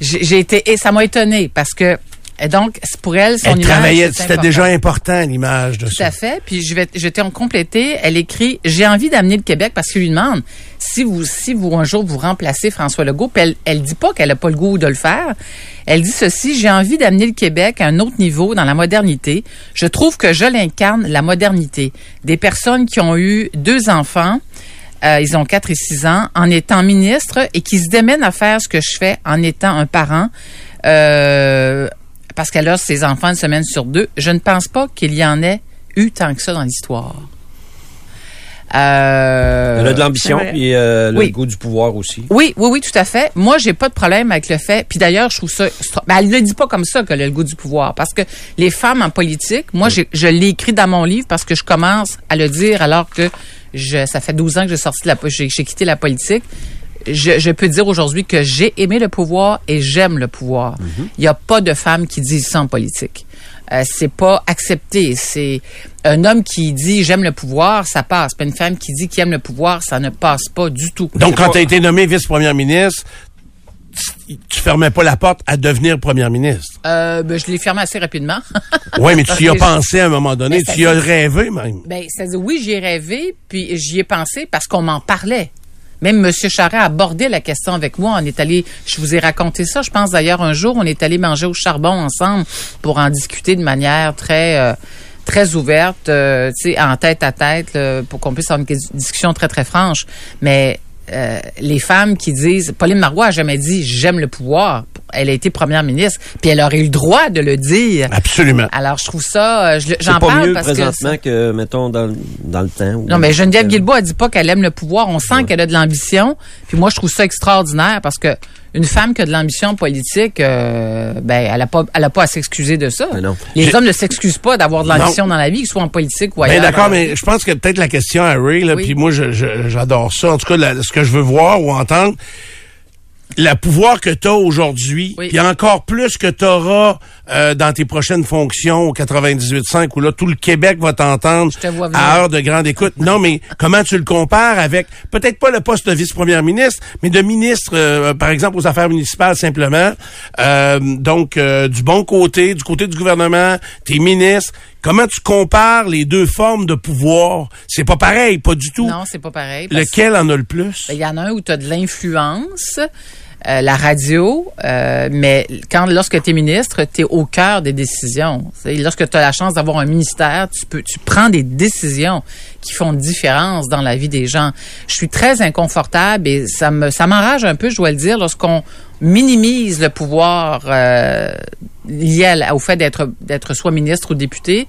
G: J'ai j'ai été et ça m'a étonné parce que et donc c'est pour elle son
A: Elle
G: image,
A: travaillait,
G: c'est
A: c'était
G: important.
A: déjà important l'image de
G: Tout
A: ça.
G: à fait. Puis je vais, je vais en compléter. Elle écrit J'ai envie d'amener le Québec parce qu'il lui demande si vous, si vous un jour vous remplacez François Legault. Puis elle, elle dit pas qu'elle a pas le goût de le faire. Elle dit ceci J'ai envie d'amener le Québec à un autre niveau dans la modernité. Je trouve que je l'incarne la modernité. Des personnes qui ont eu deux enfants. euh, ils ont 4 et 6 ans, en étant ministre et qui se démènent à faire ce que je fais en étant un parent. Euh, parce qu'elle a ses enfants une semaine sur deux. Je ne pense pas qu'il y en ait eu tant que ça dans l'histoire. Euh,
C: Elle a de l'ambition,
F: Ouais.
C: puis euh, le
G: Oui.
C: goût du pouvoir aussi.
G: oui, oui, oui, tout à fait. Moi, j'ai pas de problème avec le fait. Puis d'ailleurs, je trouve ça. stra- Ben, elle ne dit pas comme ça qu'elle a le goût du pouvoir, parce que les femmes en politique, moi, j'ai- je l'ai écrit dans mon livre parce que je commence à le dire alors que je, ça fait 12 ans que j'ai sorti de la, po- j'ai j'ai quitté la politique. Je, je peux dire aujourd'hui que j'ai aimé le pouvoir et j'aime le pouvoir. Il n'y a pas de femme qui dit ça en politique. Euh, c'est pas accepté. C'est un homme qui dit j'aime le pouvoir, ça passe. Pas une femme qui dit qu'elle aime le pouvoir, ça ne passe pas du tout.
A: Donc,
G: C'est
A: quand
G: pas-
A: tu as été nommé vice-première ministre, tu- tu fermais pas la porte à devenir première ministre.
G: Euh, ben, je l'ai fermé assez rapidement.
A: Oui, mais tu y as
G: Parce que-
A: pensé à un moment donné,
G: Mais ça
A: tu y as
G: fait-
A: rêvé même.
G: ben, ça dit oui, j'y ai rêvé, puis j'y ai pensé parce qu'on m'en parlait. Même M. Charret a abordé la question avec moi. On est allé, je vous ai raconté ça, je pense d'ailleurs un jour, on est allé manger au charbon ensemble pour en discuter de manière très euh, très ouverte, euh, tu sais, en tête à tête, là, pour qu'on puisse avoir une dis- discussion très très franche. Mais euh, les femmes qui disent, Pauline Marois a jamais dit j'aime le pouvoir. Elle a été première ministre, puis elle aurait eu le droit de le dire.
A: Absolument.
G: Alors, je trouve ça, euh, je le- j'en
C: C'est pas
G: parle
C: mieux
G: parce
C: présentement
G: que.
C: que, mettons, dans, le- dans le temps. où-
G: Non, mais Geneviève Guilbeault, elle dit pas qu'elle aime le pouvoir. On sent qu'elle a de l'ambition. Puis moi, je trouve ça extraordinaire parce que une femme qui a de l'ambition politique, euh, ben, elle a pas, elle a pas à s'excuser de ça.
C: Ben non.
G: Les
A: J'ai-
G: hommes ne s'excusent pas d'avoir de l'ambition dans la vie, qu'ils soient en politique ou
A: Ben,
G: ailleurs.
A: d'accord, mais je pense que peut-être la question à Ray, là,
G: Oui.
A: puis moi, je- je- j'adore ça. En tout cas, la- ce que je veux voir ou entendre, le pouvoir que tu as aujourd'hui,
G: Oui.
A: puis encore plus que tu auras euh, dans tes prochaines fonctions au 98.5 où là, tout le Québec va t'entendre
G: Je te vois venir.
A: à heure de grande écoute. Non, mais comment tu le compares avec, peut-être pas le poste de vice-premier ministre, mais de ministre, euh, par exemple, aux affaires municipales simplement. Euh, donc, euh, du bon côté, du côté du gouvernement, tes ministres. Comment tu compares les deux formes de pouvoir? C'est pas pareil, pas du tout.
G: Non, c'est pas pareil. parce que-
A: Lequel en a le plus?
G: Ben, Il y en a un où tu as de l'influence, euh, la radio, euh, mais quand lorsque tu es ministre, tu es au cœur des décisions. C'est- lorsque tu as la chance d'avoir un ministère, tu peux tu prends des décisions qui font une différence dans la vie des gens. Je suis très inconfortable et ça me ça m'enrage un peu, je dois le dire, lorsqu'on minimise le pouvoir euh, lié à la- au fait d'être d'être soit ministre ou député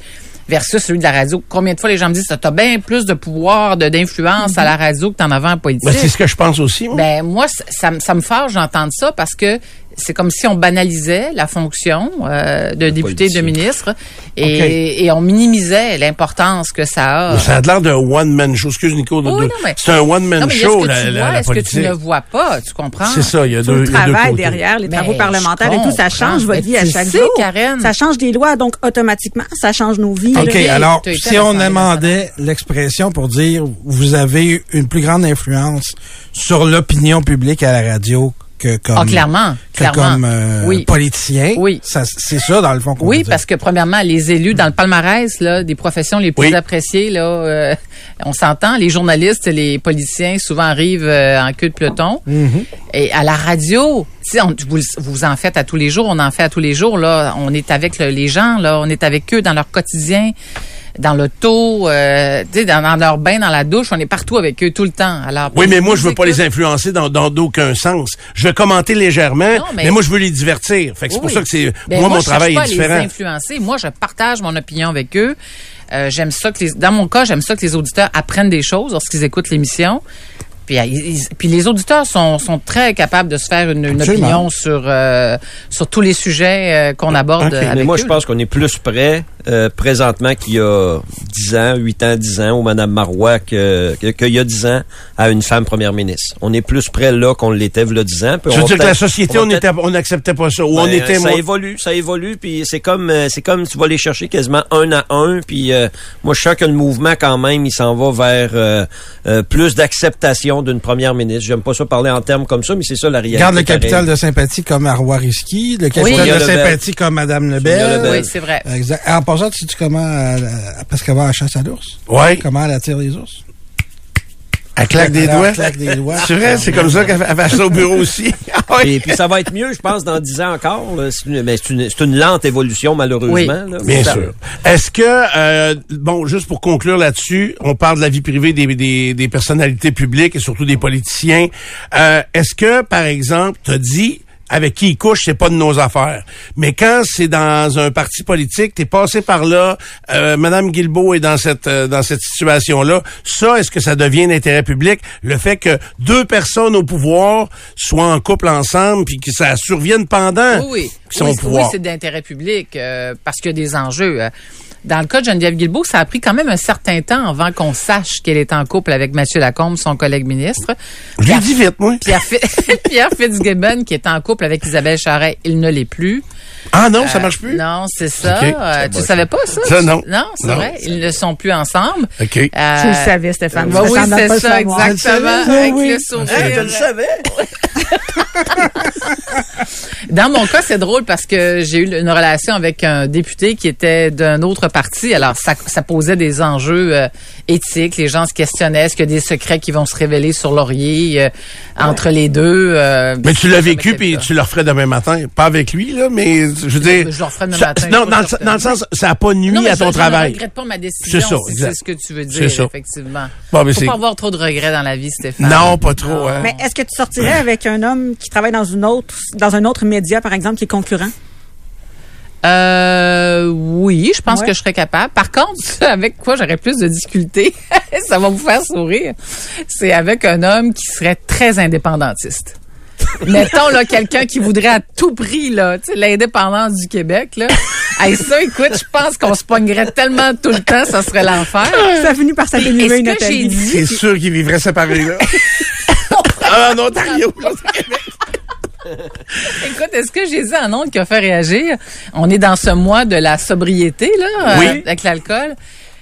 G: versus celui de la radio. Combien de fois les gens me disent, t'as bien plus de pouvoir, de- d'influence à la radio que t'en avais en politique.
A: Ben, c'est ce que je pense aussi. moi.
G: Ben moi, ça, ça, me- ça me fâche d'entendre ça parce que c'est comme si on banalisait la fonction euh, de député, de
C: politicien.
G: ministre et, et on minimisait l'importance que ça a.
A: Ça a l'air d'un one-man show. Excuse, Nico. de-
G: euh, Oui,
A: de-
G: non, mais-
A: C'est un one-man
G: Non, mais est-ce
A: show,
G: que
A: la,
G: tu
A: la-
G: vois,
A: la
G: est-ce que
A: politique.
G: tu ne vois pas, tu comprends?
A: c'est ça, il y a
F: Tout
A: deux,
F: le
A: il y a deux
F: travail
A: côtés.
F: derrière, les
G: Mais
F: travaux
G: je
F: parlementaire et tout, ça
G: comprends,
F: change votre
G: mais
F: vie à
G: tu
F: chaque
G: sais,
F: jour.
G: Karen.
F: Ça change des lois, donc automatiquement, ça change nos vies.
B: OK,
A: euh,
G: T'as
B: alors,
G: été
B: si
G: à
B: on
G: l'Assemblée
B: amendait l'expression pour dire vous avez une plus grande influence sur l'opinion publique à la radio que comme,
G: Ah, clairement,
B: que
G: clairement.
B: comme euh,
G: oui.
B: politicien,
G: Oui.
B: ça, c'est ça, dans le fond, qu'on
G: Oui, parce que premièrement, les élus dans le palmarès là, des professions les plus
A: Oui.
G: appréciées, là, euh, on s'entend, les journalistes, les politiciens souvent arrivent euh, en queue de peloton.
A: Mm-hmm.
G: Et à la radio, tu sais, on- vous, le- vous en faites à tous les jours, on en fait à tous les jours. Là, on est avec le- les gens, là, on est avec eux dans leur quotidien, dans l'auto, euh, tu sais, dans, dans leur bain, dans la douche, on est partout avec eux tout le temps. Alors,
A: Oui, mais moi, je veux pas les influencer dans dans d'aucun sens. Je vais commenter légèrement,
G: Non,
A: mais...
G: mais-
A: moi, je veux les divertir. Fait que c'est pour
G: Oui.
A: ça que c'est,
G: Ben,
A: moi, mon
G: je cherche
A: travail
G: pas
A: est
G: à
A: différent.
G: Les influencer. Moi, je partage mon opinion avec eux. Euh, j'aime ça que les, dans mon cas, j'aime ça que les auditeurs apprennent des choses lorsqu'ils écoutent l'émission. Puis, euh, ils- ils- puis les auditeurs sont, sont très capables de se faire une, une
B: Absolument.
G: opinion sur euh, sur tous les sujets euh, qu'on
A: Ah,
G: aborde euh, avec
C: Mais moi,
G: eux.
C: je pense qu'on est plus près euh, présentement qu'il y a 10 ans, 8 ans, 10 ans, ou Mme Marois, que- que- qu'il y a 10 ans, à une femme première ministre. On est plus près là qu'on l'était, le 10 ans. puis
A: Je
C: on
A: veux
C: va
A: dire que
C: peut-être-
A: la société,
C: va
A: on
C: peut-être-
A: était, on n'acceptait pas ça. Ou on
C: Ben,
A: était,
C: ça
A: moi-
C: évolue, ça évolue, puis c'est comme, euh, c'est comme tu vas les chercher quasiment un à un, puis euh, moi je sens que le mouvement quand même, il s'en va vers euh, euh, plus d'acceptation d'une première ministre. J'aime pas ça parler en termes comme ça, mais c'est ça la réalité.
B: Regarde le
C: pareil.
B: capital de sympathie comme Arroy Risky, le capital
G: Sonia
B: de
C: Lebel.
B: sympathie comme Madame
C: Sonia
B: Lebel.
C: Lebel.
G: Euh, oui, c'est vrai.
B: Exact. En passant, tu sais comment, elle- elle- parce qu'elle va à la chasse à l'ours,
A: ouais,
B: comment elle attire les ours?
A: elle claque des
B: Alors,
A: doigts.
B: claque des doigts.
A: C'est vrai, c'est comme ça qu'elle fait- elle fait ça au bureau aussi. Ah ouais.
C: Et puis ça va être mieux, je pense, dans dix ans encore. là. C'est une, mais c'est une, c'est une lente évolution, malheureusement.
G: Oui.
C: là.
A: Bien
C: Ça-
A: sûr. Est-ce que, euh, bon, juste pour conclure là-dessus, on parle de la vie privée des, des, des personnalités publiques et surtout des politiciens. Euh, Est-ce que, par exemple, t'as dit avec qui il couche, c'est pas de nos affaires. Mais quand c'est dans un parti politique, t'es passé par là, euh, Madame Guilbeault est dans cette euh, dans cette situation-là. Ça, est-ce que ça devient d'intérêt public le fait que deux personnes au pouvoir soient en couple ensemble puis que ça survienne pendant
G: Oui, oui.
A: qu'ils Ah, sont au
G: Oui, c'est- oui,
A: pouvoir?
G: c'est d'intérêt public euh, parce qu'il y a des enjeux. euh. Dans le cas de Geneviève Guilbeault, ça a pris quand même un certain temps avant qu'on sache qu'elle est en couple avec Mathieu Lacombe, son collègue ministre.
A: Je
G: Puis
A: l'ai
G: à-
A: dit vite, moi.
G: Pierre, Fi- Pierre Fitzgibbon, qui est en couple avec Isabelle Charret, il ne l'est plus.
A: Ah non, ça marche plus.
G: Euh, Non, c'est ça.
A: Ok.
G: Euh, tu savais pas ça?
A: Ça, non.
G: Non, c'est
A: Non.
G: vrai. Ils ne sont plus ensemble.
A: OK.
G: Euh,
F: Tu le savais, Stéphane.
G: bah
F: Tu
G: oui,
F: t'attendais
G: c'est
F: pas à le
G: ça,
F: savoir.
G: exactement.
B: Ah
G: Avec
B: oui.
G: le sourire. Dans mon cas, c'est drôle parce que j'ai eu une relation avec un député qui était d'un autre parti. Alors, ça, ça posait des enjeux euh, éthiques. Les gens se questionnaient. Est-ce qu'il y a des secrets qui vont se révéler sur Laurier euh, entre les deux? euh,
A: Mais tu l'as
G: ça
A: vécu,
G: m'inquiète
A: puis
G: pas.
A: tu le referais demain matin. Pas avec lui, là, mais je veux dire...
G: je le referais demain
A: ça-
G: matin,
A: Non,
G: je
A: dans, le
G: suis pas
A: se- dans le sens, ça n'a pas
G: Non,
A: nuit
G: mais
A: à
G: je-
A: ton
G: je
A: travail.
G: ne regrette pas ma décision.
A: C'est ça,
G: si
A: exact.
G: C'est ce que tu veux
A: C'est
G: dire,
A: ça.
G: effectivement.
A: Bon, mais c'est-
G: Faut pas avoir trop de regrets dans la vie, Stéphane.
A: Non, pas trop. hein.
F: Mais est-ce que tu sortirais avec un homme qui travaille dans une autre, dans un autre média, par exemple, qui est concurrent?
G: Euh, oui, je pense
F: Ouais.
G: que je serais capable. Par contre, ce avec quoi j'aurais plus de difficultés, ça va vous faire sourire, c'est avec un homme qui serait très indépendantiste. Mettons là quelqu'un qui voudrait à tout prix là, tu sais, l'indépendance du Québec là. Hey, ça, écoute, je pense qu'on se pognerait tellement tout le temps, ça serait l'enfer.
F: Ça finit par
G: Est-ce
F: s'atténuer,
G: que j'ai
F: Nathalie.
G: dit-
A: C'est sûr qu'il vivrait séparé, là. ah, en Ontario, là.
G: Écoute, est-ce que j'ai dit un nom qui a fait réagir? On est dans ce mois de la sobriété, là,
A: Oui.
G: euh, avec l'alcool.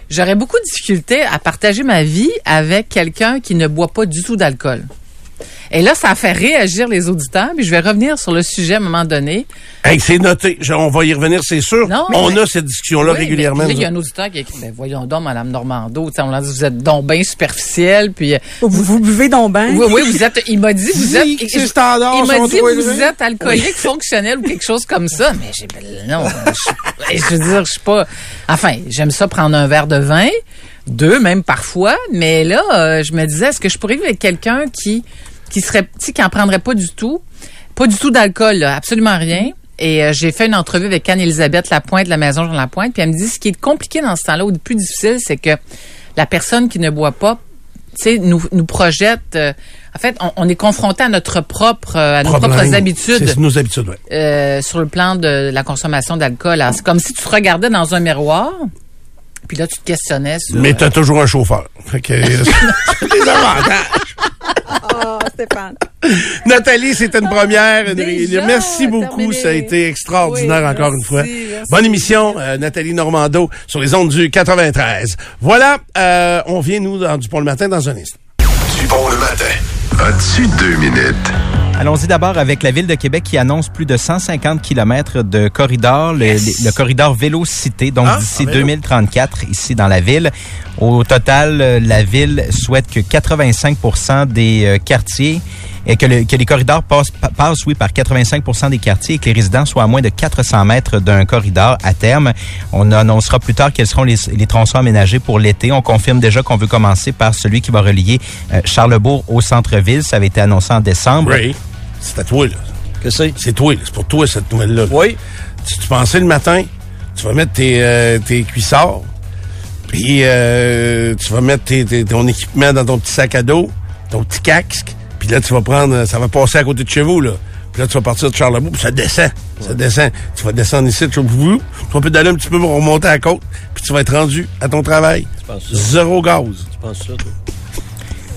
G: J'aurais beaucoup de difficulté à partager ma vie avec quelqu'un qui ne boit pas du tout d'alcool. Et là, ça a fait réagir les auditeurs, puis je vais revenir sur le sujet à un moment donné.
A: Hey, c'est noté. Je- on va y revenir, c'est sûr.
G: Non,
A: on
G: mais-
A: a cette discussion-là
G: Oui, mais
A: régulièrement.
G: tu sais, Il y a
A: nous
G: un auditeur qui a écrit, ben voyons donc, Madame Normando, tu sais, on l'a dit, vous êtes donc bien superficielle, puis... euh,
F: Vous, vous buvez donc ben.
G: Oui, oui, vous êtes. Il m'a dit, vous
B: Dis
G: êtes.
B: que ces standards
G: il m'a
B: sont
G: dit,
B: trop
G: vous
B: élevés.
G: êtes alcoolique, fonctionnel ou quelque chose comme ça. Mais j'ai, ben non, je, je veux dire, je suis pas. Enfin, j'aime ça prendre un verre de vin, deux même parfois. Mais là, euh, je me disais, est-ce que je pourrais vivre avec quelqu'un qui qui serait petit, qui en prendrait pas du tout, pas du tout d'alcool, là, absolument rien. Et euh, j'ai fait une entrevue avec Anne-Elisabeth Lapointe de la Maison Jean Lapointe, puis elle me dit ce qui est compliqué dans ce temps-là ou le plus difficile, c'est que la personne qui ne boit pas tu sais, nous, nous projette. euh, en fait, on, on est confronté à notre propre, euh, à nos propres habitudes
A: C'est nos habitudes, ouais.
G: euh, sur le plan de la consommation d'alcool. Alors, C'est comme si tu te regardais dans un miroir, puis là, tu te questionnais sur.
A: Mais t'as toujours un chauffeur. Fait que, euh, c'est des avantages.
F: Ah, Stéphane.
A: Nathalie, c'était une première. une
G: Déjà,
A: réunion. merci
G: t'as
A: beaucoup.
G: mené-
A: Ça a été extraordinaire
G: Oui,
A: encore une
G: merci,
A: fois.
G: merci.
A: Bonne émission, euh, Nathalie Normando, sur les ondes du 93. Voilà, euh, on vient, nous, dans du pont le matin dans un instant.
H: Du bon le matin. As-tu deux minutes?
D: Allons-y d'abord avec la Ville de Québec qui annonce plus de 150 km de corridor, le, le corridor vélo-cité, donc
A: Ah, en
D: d'ici
A: vélo.
D: 2034, ici dans la ville. Au total, euh, la ville souhaite que 85 des euh, quartiers et que, le- que les corridors passent, pa- passent, oui, par 85 des quartiers et que les résidents soient à moins de 400 mètres d'un corridor à terme. On annoncera plus tard quels seront les, les tronçons aménagés pour l'été. On confirme déjà qu'on veut commencer par celui qui va relier euh, Charlebourg au centre-ville. Ça avait été annoncé en décembre.
A: Ray, c'est à toi, là.
C: Que c'est?
A: C'est toi, là. c'est pour toi, cette nouvelle-là. là.
C: Oui.
A: Si tu pensais le matin, tu vas mettre tes, euh, tes cuissards, puis euh, tu vas mettre tes- tes- ton équipement dans ton petit sac à dos, ton petit casque, puis là, tu vas prendre, euh, ça va passer à côté de chez vous, là. Puis là, tu vas partir de Charlebourg, puis ça descend, ça descend. Tu vas descendre ici, tu vas, tu vas pédaler un petit peu pour remonter à la côte, puis tu vas être rendu à ton travail.
C: penses ça?
A: Zéro gaz.
C: Je pense ça,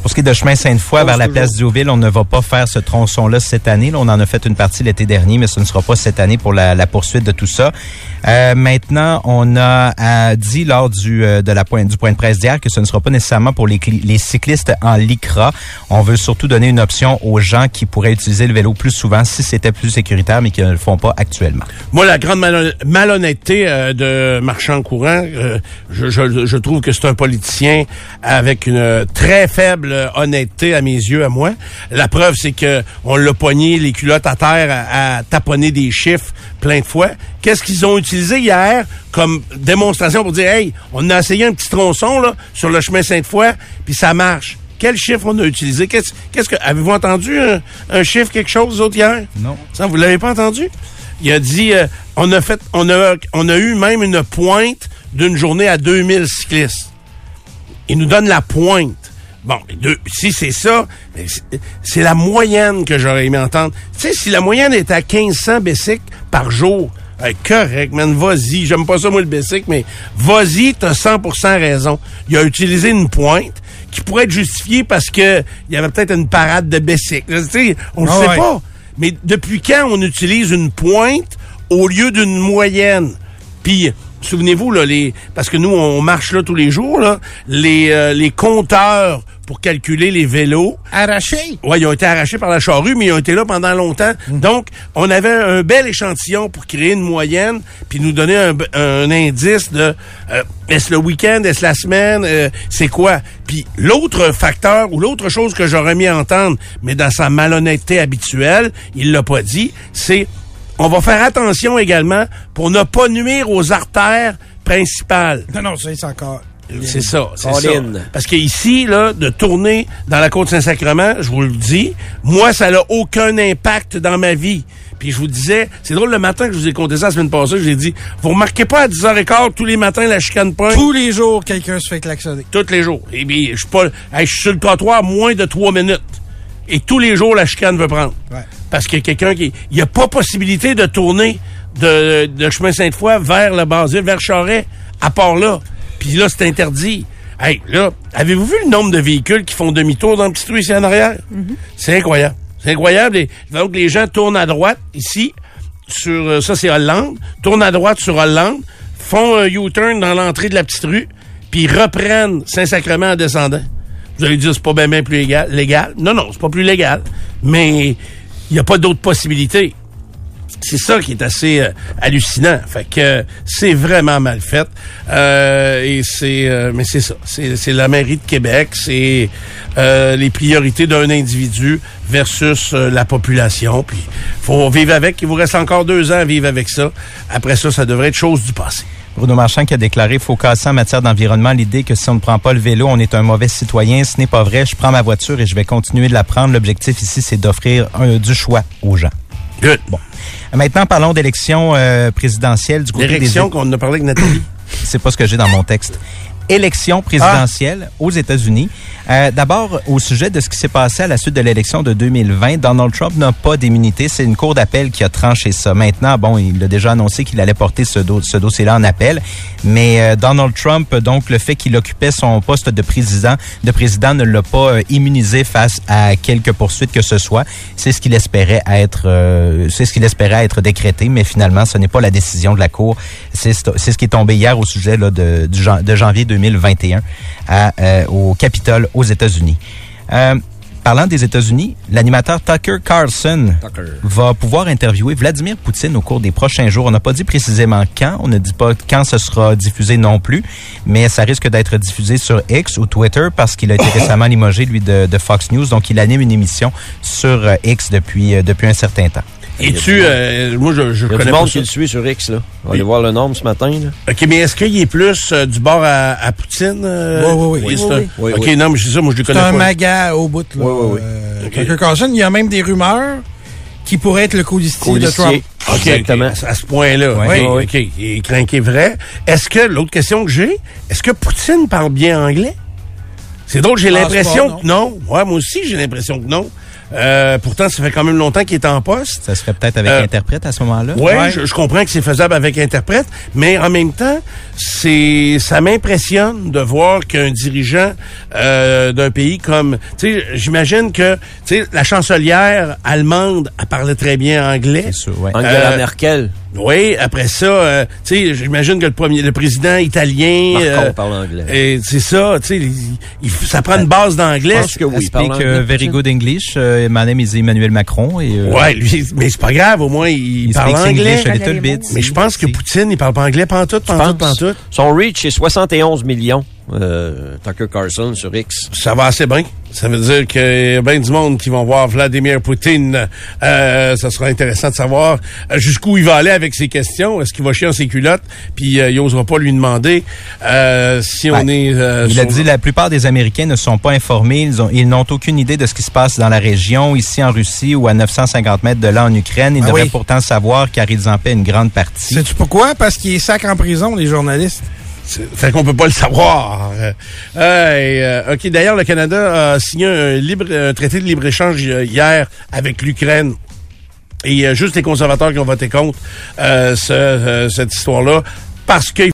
D: Pour ce qui est de chemin Sainte-Foy vers la place Diouville, on ne va pas faire ce tronçon-là cette année. Là, on en a fait une partie l'été dernier, mais ce ne sera pas cette année pour la, la poursuite de tout ça. Euh, maintenant, on a euh, dit lors du, euh, de la pointe, du point de presse d'hier que ce ne sera pas nécessairement pour les, cli- les cyclistes en LICRA. On veut surtout donner une option aux gens qui pourraient utiliser le vélo plus souvent si c'était plus sécuritaire, mais qui ne le font pas actuellement.
A: Moi, la grande malhon- malhonnêteté euh, de Marchand Courant, euh, je, je- je trouve que c'est un politicien avec une euh, très faible euh, honnêteté à mes yeux, à moi. La preuve, c'est que on l'a pogné les culottes à terre à, à taponner des chiffres plein de fois. Qu'est-ce qu'ils ont utilisé hier comme démonstration pour dire, hey, on a essayé un petit tronçon là sur le chemin Sainte-Foy, puis ça marche. Quel chiffre on a utilisé? Qu'est-ce qu'est-ce que avez-vous entendu un, un chiffre quelque chose autre hier?
D: Non.
A: Ça, vous l'avez pas entendu? Il a dit, euh, on a fait, on a, on a eu même une pointe d'une journée à 2000 cyclistes. Il nous donne la pointe. Bon, mais deux- si c'est ça, mais c'est- c'est la moyenne que j'aurais aimé entendre. Tu sais, si la moyenne est à 1500 bicycles par jour, euh, correct, man, vas-y. J'aime pas ça, moi, le bicycle, mais vas-y, t'as 100% raison. Il a utilisé une pointe qui pourrait être justifiée parce que il y avait peut-être une parade de bicycles. Tu sais, on le
B: Ah
A: sait
B: ouais.
A: pas. Mais depuis quand on utilise une pointe au lieu d'une moyenne? Puis, souvenez-vous, là, les, parce que nous, on marche là tous les jours, là, les, euh, les compteurs pour calculer les vélos.
B: Arraché.
A: Ouais, ils ont été arrachés par la charrue, mais ils ont été là pendant longtemps. Donc, on avait un bel échantillon pour créer une moyenne, puis nous donner un, b- un indice de euh, est-ce le week-end, est-ce la semaine, euh, c'est quoi. Puis l'autre facteur ou l'autre chose que j'aurais mis à entendre, mais dans sa malhonnêteté habituelle, il l'a pas dit, c'est on va faire attention également pour ne pas nuire aux artères principales.
B: Non, non, ça, c'est encore.
A: C'est ça, c'est ça.
C: Colin.
A: Parce qu'ici, là, de tourner dans la Côte-Saint-Sacrement, je vous le dis, moi, ça n'a aucun impact dans ma vie. Puis je vous disais, c'est drôle, le matin que je vous ai compté ça la semaine passée, je vous ai dit, vous remarquez pas à 10h15 tous les matins la chicane point?
B: Tous les jours, quelqu'un se fait klaxonner.
A: Tous les jours. Et bien, je suis pas, hey, je suis sur le trottoir moins de trois minutes. Et tous les jours, la chicane veut prendre.
B: Ouais.
A: Parce que quelqu'un qui, il n'y a pas possibilité de tourner de, de chemin Sainte-Foy vers le Basile, vers Charret, à part là. Puis là, c'est interdit. Hey, là, avez-vous vu le nombre de véhicules qui font demi-tour dans le petit trou ici en arrière? C'est incroyable. C'est incroyable. Et donc, les gens tournent à droite ici, sur euh, ça c'est Hollande, tournent à droite sur Hollande, font un U-turn dans l'entrée de la petite rue, puis reprennent Saint-Sacrement en descendant. Vous allez dire c'est pas bien, bien plus légal, légal. Non, non, c'est pas plus légal, mais il n'y a pas d'autre possibilité. C'est ça qui est assez euh, hallucinant. Fait que euh, c'est vraiment mal fait. Euh, et c'est euh, mais c'est ça. C'est c'est la mairie de Québec, c'est euh, les priorités d'un individu versus euh, la population. Puis faut vivre avec. Il vous reste encore deux ans à vivre avec ça. Après ça, ça devrait être chose du passé.
D: Bruno Marchand qui a déclaré faut casser en matière d'environnement l'idée que si on ne prend pas le vélo, on est un mauvais citoyen. Ce n'est pas vrai. Je prends ma voiture et je vais continuer de la prendre. L'objectif ici, c'est d'offrir un- du choix aux gens.
A: Good.
D: Bon. Maintenant, parlons d'élection euh, présidentielle du côté des
A: L'élection qu'on a parlé avec Nathalie.
D: c'est pas ce que j'ai dans mon texte. Élection présidentielle aux États-Unis. Euh, D'abord, au sujet de ce qui s'est passé à la suite de l'élection de 2020, Donald Trump n'a pas d'immunité. C'est une cour d'appel qui a tranché ça. Maintenant, bon, il a déjà annoncé qu'il allait porter ce, do- ce dossier-là en appel, mais euh, Donald Trump, donc, le fait qu'il occupait son poste de président, de président, ne l'a pas euh, immunisé face à quelques poursuites que ce soit. C'est ce qu'il espérait être, euh, c'est ce qu'il espérait être décrété, mais finalement, ce n'est pas la décision de la Cour. C'est ce c'est ce qui est tombé hier au sujet là, de, du jan- de janvier 2021 à, euh, au Capitole aux États-Unis. Euh, parlant des États-Unis, l'animateur Tucker Carlson va pouvoir interviewer Vladimir Poutine au cours des prochains jours. On n'a pas dit précisément quand, on ne dit pas quand ce sera diffusé non plus, mais ça risque d'être diffusé sur X ou Twitter parce qu'il a été récemment limogé, lui, de, de Fox News. Donc, il anime une émission sur euh, X depuis, euh, depuis un certain temps.
A: Et tu, euh, moi je, je
C: Il y a
A: connais
C: du
A: pas
C: monde
A: ça.
C: qui le suit sur X, là. On va
A: Oui.
C: aller voir le nombre ce matin, là.
A: OK, mais est-ce qu'il est plus euh, du bord à, à Poutine? euh,
B: Oui, oui, oui.
A: c'est
F: Oui,
A: un-
F: oui,
C: oui.
A: OK,
C: Oui, oui.
A: non, mais je dis ça, moi, je le
B: C'est
A: connais
B: un
A: pas.
B: maga au bout. Là.
C: Oui, oui, oui.
B: Euh,
A: Ok.
B: Tucker Carlson, il y a même des rumeurs qui pourraient être le codicier, de Trump.
A: OK, OK,
C: Exactement.
A: à ce point-là.
D: Oui.
A: OK, OK, il est craqué vrai. Est-ce que, l'autre question que j'ai, est-ce que Poutine parle bien anglais? C'est drôle, j'ai
B: Je pense
A: l'impression
B: pas,
A: que non. Ouais, moi aussi, j'ai l'impression que non. Euh, pourtant, ça fait quand même longtemps qu'il est en poste.
D: Ça serait peut-être avec
A: Euh,
D: interprète à ce moment-là.
A: Ouais, Je, je comprends que c'est faisable avec interprète, mais en même temps, c'est ça m'impressionne de voir qu'un dirigeant euh, d'un pays comme, tu sais, j'imagine que, tu sais, la chancelière allemande, elle parlait très bien anglais.
D: C'est sûr, ouais.
C: Angela
A: Euh,
C: Merkel.
A: Oui, après ça, euh, tu sais, j'imagine que le premier, le président italien,
C: Marcon
A: euh,
C: parle anglais.
A: et c'est ça, tu sais, il- il- ça prend une base d'anglais.
C: Je pense que oui, il parle
D: Speak
C: anglais,
D: euh, very
C: Poutine.
D: good English. Euh, my name is Emmanuel Macron. Et, euh,
A: Ouais, lui, mais c'est pas grave, au moins il,
D: he
A: parle
D: speaks
A: anglais.
D: English a little bit.
A: Mais je pense que
D: Si.
A: Poutine, il parle pas anglais, pantoute, pantoute,
C: Pense.
A: pantoute.
C: Son reach est 71 millions, euh, Tucker Carlson sur X.
A: Ça va assez bien. Ça veut dire qu'il y a bien du monde qui vont voir Vladimir Poutine. Euh, ça sera intéressant de savoir euh, jusqu'où il va aller avec ses questions. Est-ce qu'il va chier en ses culottes? Puis euh, il osera pas lui demander euh, si on
D: Ouais.
A: est... euh,
D: Ben, Il a
A: sur-
D: dit la plupart des Américains ne sont pas informés, ils ont- ils n'ont aucune idée de ce qui se passe dans la région, ici en Russie ou à 950 mètres de là en Ukraine. Ils
B: Ah
D: devraient
B: oui.
D: pourtant savoir car ils en paient une grande partie.
B: Sais-tu pourquoi? Parce qu'il est sac en prison, les journalistes.
A: C'est- Fait qu'on peut pas le savoir. Euh, euh, OK, d'ailleurs, le Canada a signé un, libre, un traité de libre-échange euh, hier avec l'Ukraine. Et euh, juste les conservateurs qui ont voté contre euh, ce- euh, cette histoire-là parce que